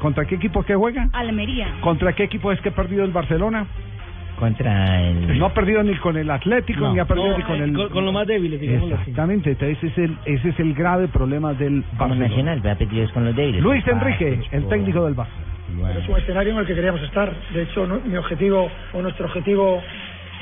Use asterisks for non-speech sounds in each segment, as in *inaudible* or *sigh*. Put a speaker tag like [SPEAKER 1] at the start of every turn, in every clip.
[SPEAKER 1] ¿Contra qué equipo es que juega?
[SPEAKER 2] Almería.
[SPEAKER 1] ¿Contra qué equipo es que ha perdido el Barcelona?
[SPEAKER 3] Contra el...
[SPEAKER 1] No ha perdido ni con el Atlético,
[SPEAKER 4] No.
[SPEAKER 1] ni ha perdido
[SPEAKER 4] No,
[SPEAKER 1] ni con
[SPEAKER 4] eh,
[SPEAKER 1] el...
[SPEAKER 4] con- con los más débiles, digámoslo así.
[SPEAKER 1] Exactamente, entonces ese es, el, ese es el grave problema del
[SPEAKER 3] Como
[SPEAKER 1] Barcelona.
[SPEAKER 3] Nacional, va a pedir con los débiles.
[SPEAKER 1] Luis
[SPEAKER 3] Paco,
[SPEAKER 1] Enrique,
[SPEAKER 5] Ah,
[SPEAKER 1] el
[SPEAKER 5] pues,
[SPEAKER 3] Chico.
[SPEAKER 1] técnico del Barça.
[SPEAKER 3] Bueno.
[SPEAKER 6] Es un escenario en el que queríamos estar. De hecho, no- mi objetivo o nuestro objetivo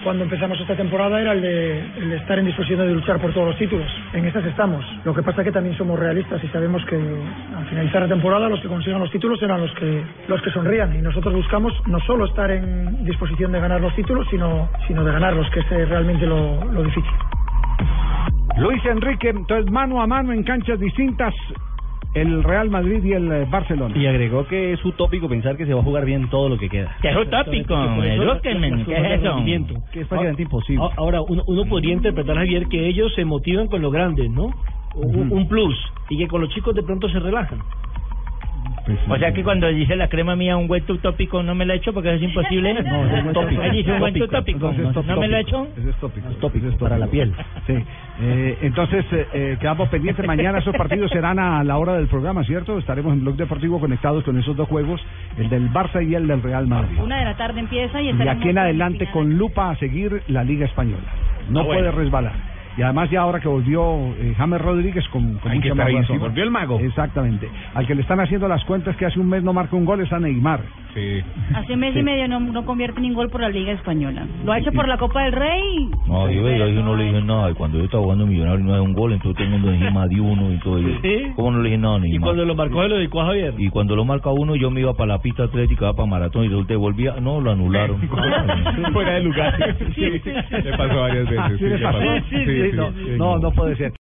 [SPEAKER 6] cuando empezamos esta temporada era el de, el de estar en disposición de luchar por todos los títulos. En estas estamos. Lo que pasa es que también somos realistas y sabemos que al finalizar la temporada los que consigan los títulos serán los que los que sonrían. Y nosotros buscamos no solo estar en disposición de ganar los títulos, sino, sino de ganarlos, que ese es realmente lo- lo difícil.
[SPEAKER 1] Luis Enrique, entonces mano a mano en canchas distintas, el Real Madrid y el eh, Barcelona.
[SPEAKER 4] Y agregó que es utópico pensar que se va a jugar bien todo lo que queda.
[SPEAKER 3] Que es utópico, Rockerman, ¿qué es eso?
[SPEAKER 1] Que es
[SPEAKER 3] Oh,
[SPEAKER 1] prácticamente imposible.
[SPEAKER 4] Ah, Ahora, uno, uno podría interpretar, Javier, que ellos se motivan con lo grande, ¿no? Un, un plus. Y que con los chicos de pronto se relajan.
[SPEAKER 3] oh. O sea que cuando dice la crema mía un cuento utópico no me la he hecho porque eso es imposible.
[SPEAKER 5] *laughs*
[SPEAKER 3] No,
[SPEAKER 1] es un cuento
[SPEAKER 3] Ahí dice un cuento utópico.
[SPEAKER 1] Entonces,
[SPEAKER 3] No,
[SPEAKER 1] tópico.
[SPEAKER 3] me la he hecho.
[SPEAKER 1] Ese es tópico.
[SPEAKER 4] tópico,
[SPEAKER 1] Ese es
[SPEAKER 4] para la piel.
[SPEAKER 1] Sí. Eh, entonces, eh, eh, quedamos pendientes. Mañana esos partidos serán a la hora del programa, ¿cierto? Estaremos en Blog Deportivo conectados con esos dos juegos, el del Barça y el del Real Madrid.
[SPEAKER 2] Una de la tarde empieza y
[SPEAKER 1] Y
[SPEAKER 2] estaremos
[SPEAKER 1] aquí en adelante
[SPEAKER 2] final.
[SPEAKER 1] con lupa a seguir la Liga Española. No
[SPEAKER 7] Ah, bueno.
[SPEAKER 1] puede resbalar. Y además ya ahora que volvió eh, James Rodríguez con, con
[SPEAKER 7] Hay que
[SPEAKER 1] mucha
[SPEAKER 7] estar
[SPEAKER 1] más
[SPEAKER 7] ahí,
[SPEAKER 1] razón.
[SPEAKER 7] sí, volvió el mago.
[SPEAKER 1] Exactamente. Al que le están haciendo las cuentas que hace un mes no marca un gol es a Neymar.
[SPEAKER 7] Sí.
[SPEAKER 2] Hace un mes y medio no, no convierte ningún gol por la Liga Española. Lo ha hecho por la Copa del Rey.
[SPEAKER 5] No, yo, yo, yo no le dije nada. Y cuando yo estaba jugando millonario no era un gol, entonces todo el mundo encima de uno y todo. Yo,
[SPEAKER 4] ¿Sí?
[SPEAKER 5] ¿Cómo no le dije nada a
[SPEAKER 4] Y
[SPEAKER 5] Neymar?
[SPEAKER 4] cuando lo marcó, se lo dedicó a Javier.
[SPEAKER 5] Y cuando lo marca uno, yo me iba para la pista atlética, iba para maratón y resulta que volvía. No, lo
[SPEAKER 3] *laughs*
[SPEAKER 5] anularon.
[SPEAKER 7] *laughs* Fuera de lugar. Sí, le pasó varias veces.
[SPEAKER 1] Ah, ¿sí le
[SPEAKER 7] le pasó.
[SPEAKER 1] pasó?
[SPEAKER 7] Sí, sí,
[SPEAKER 1] No,
[SPEAKER 7] sí.
[SPEAKER 1] no, no puede ser.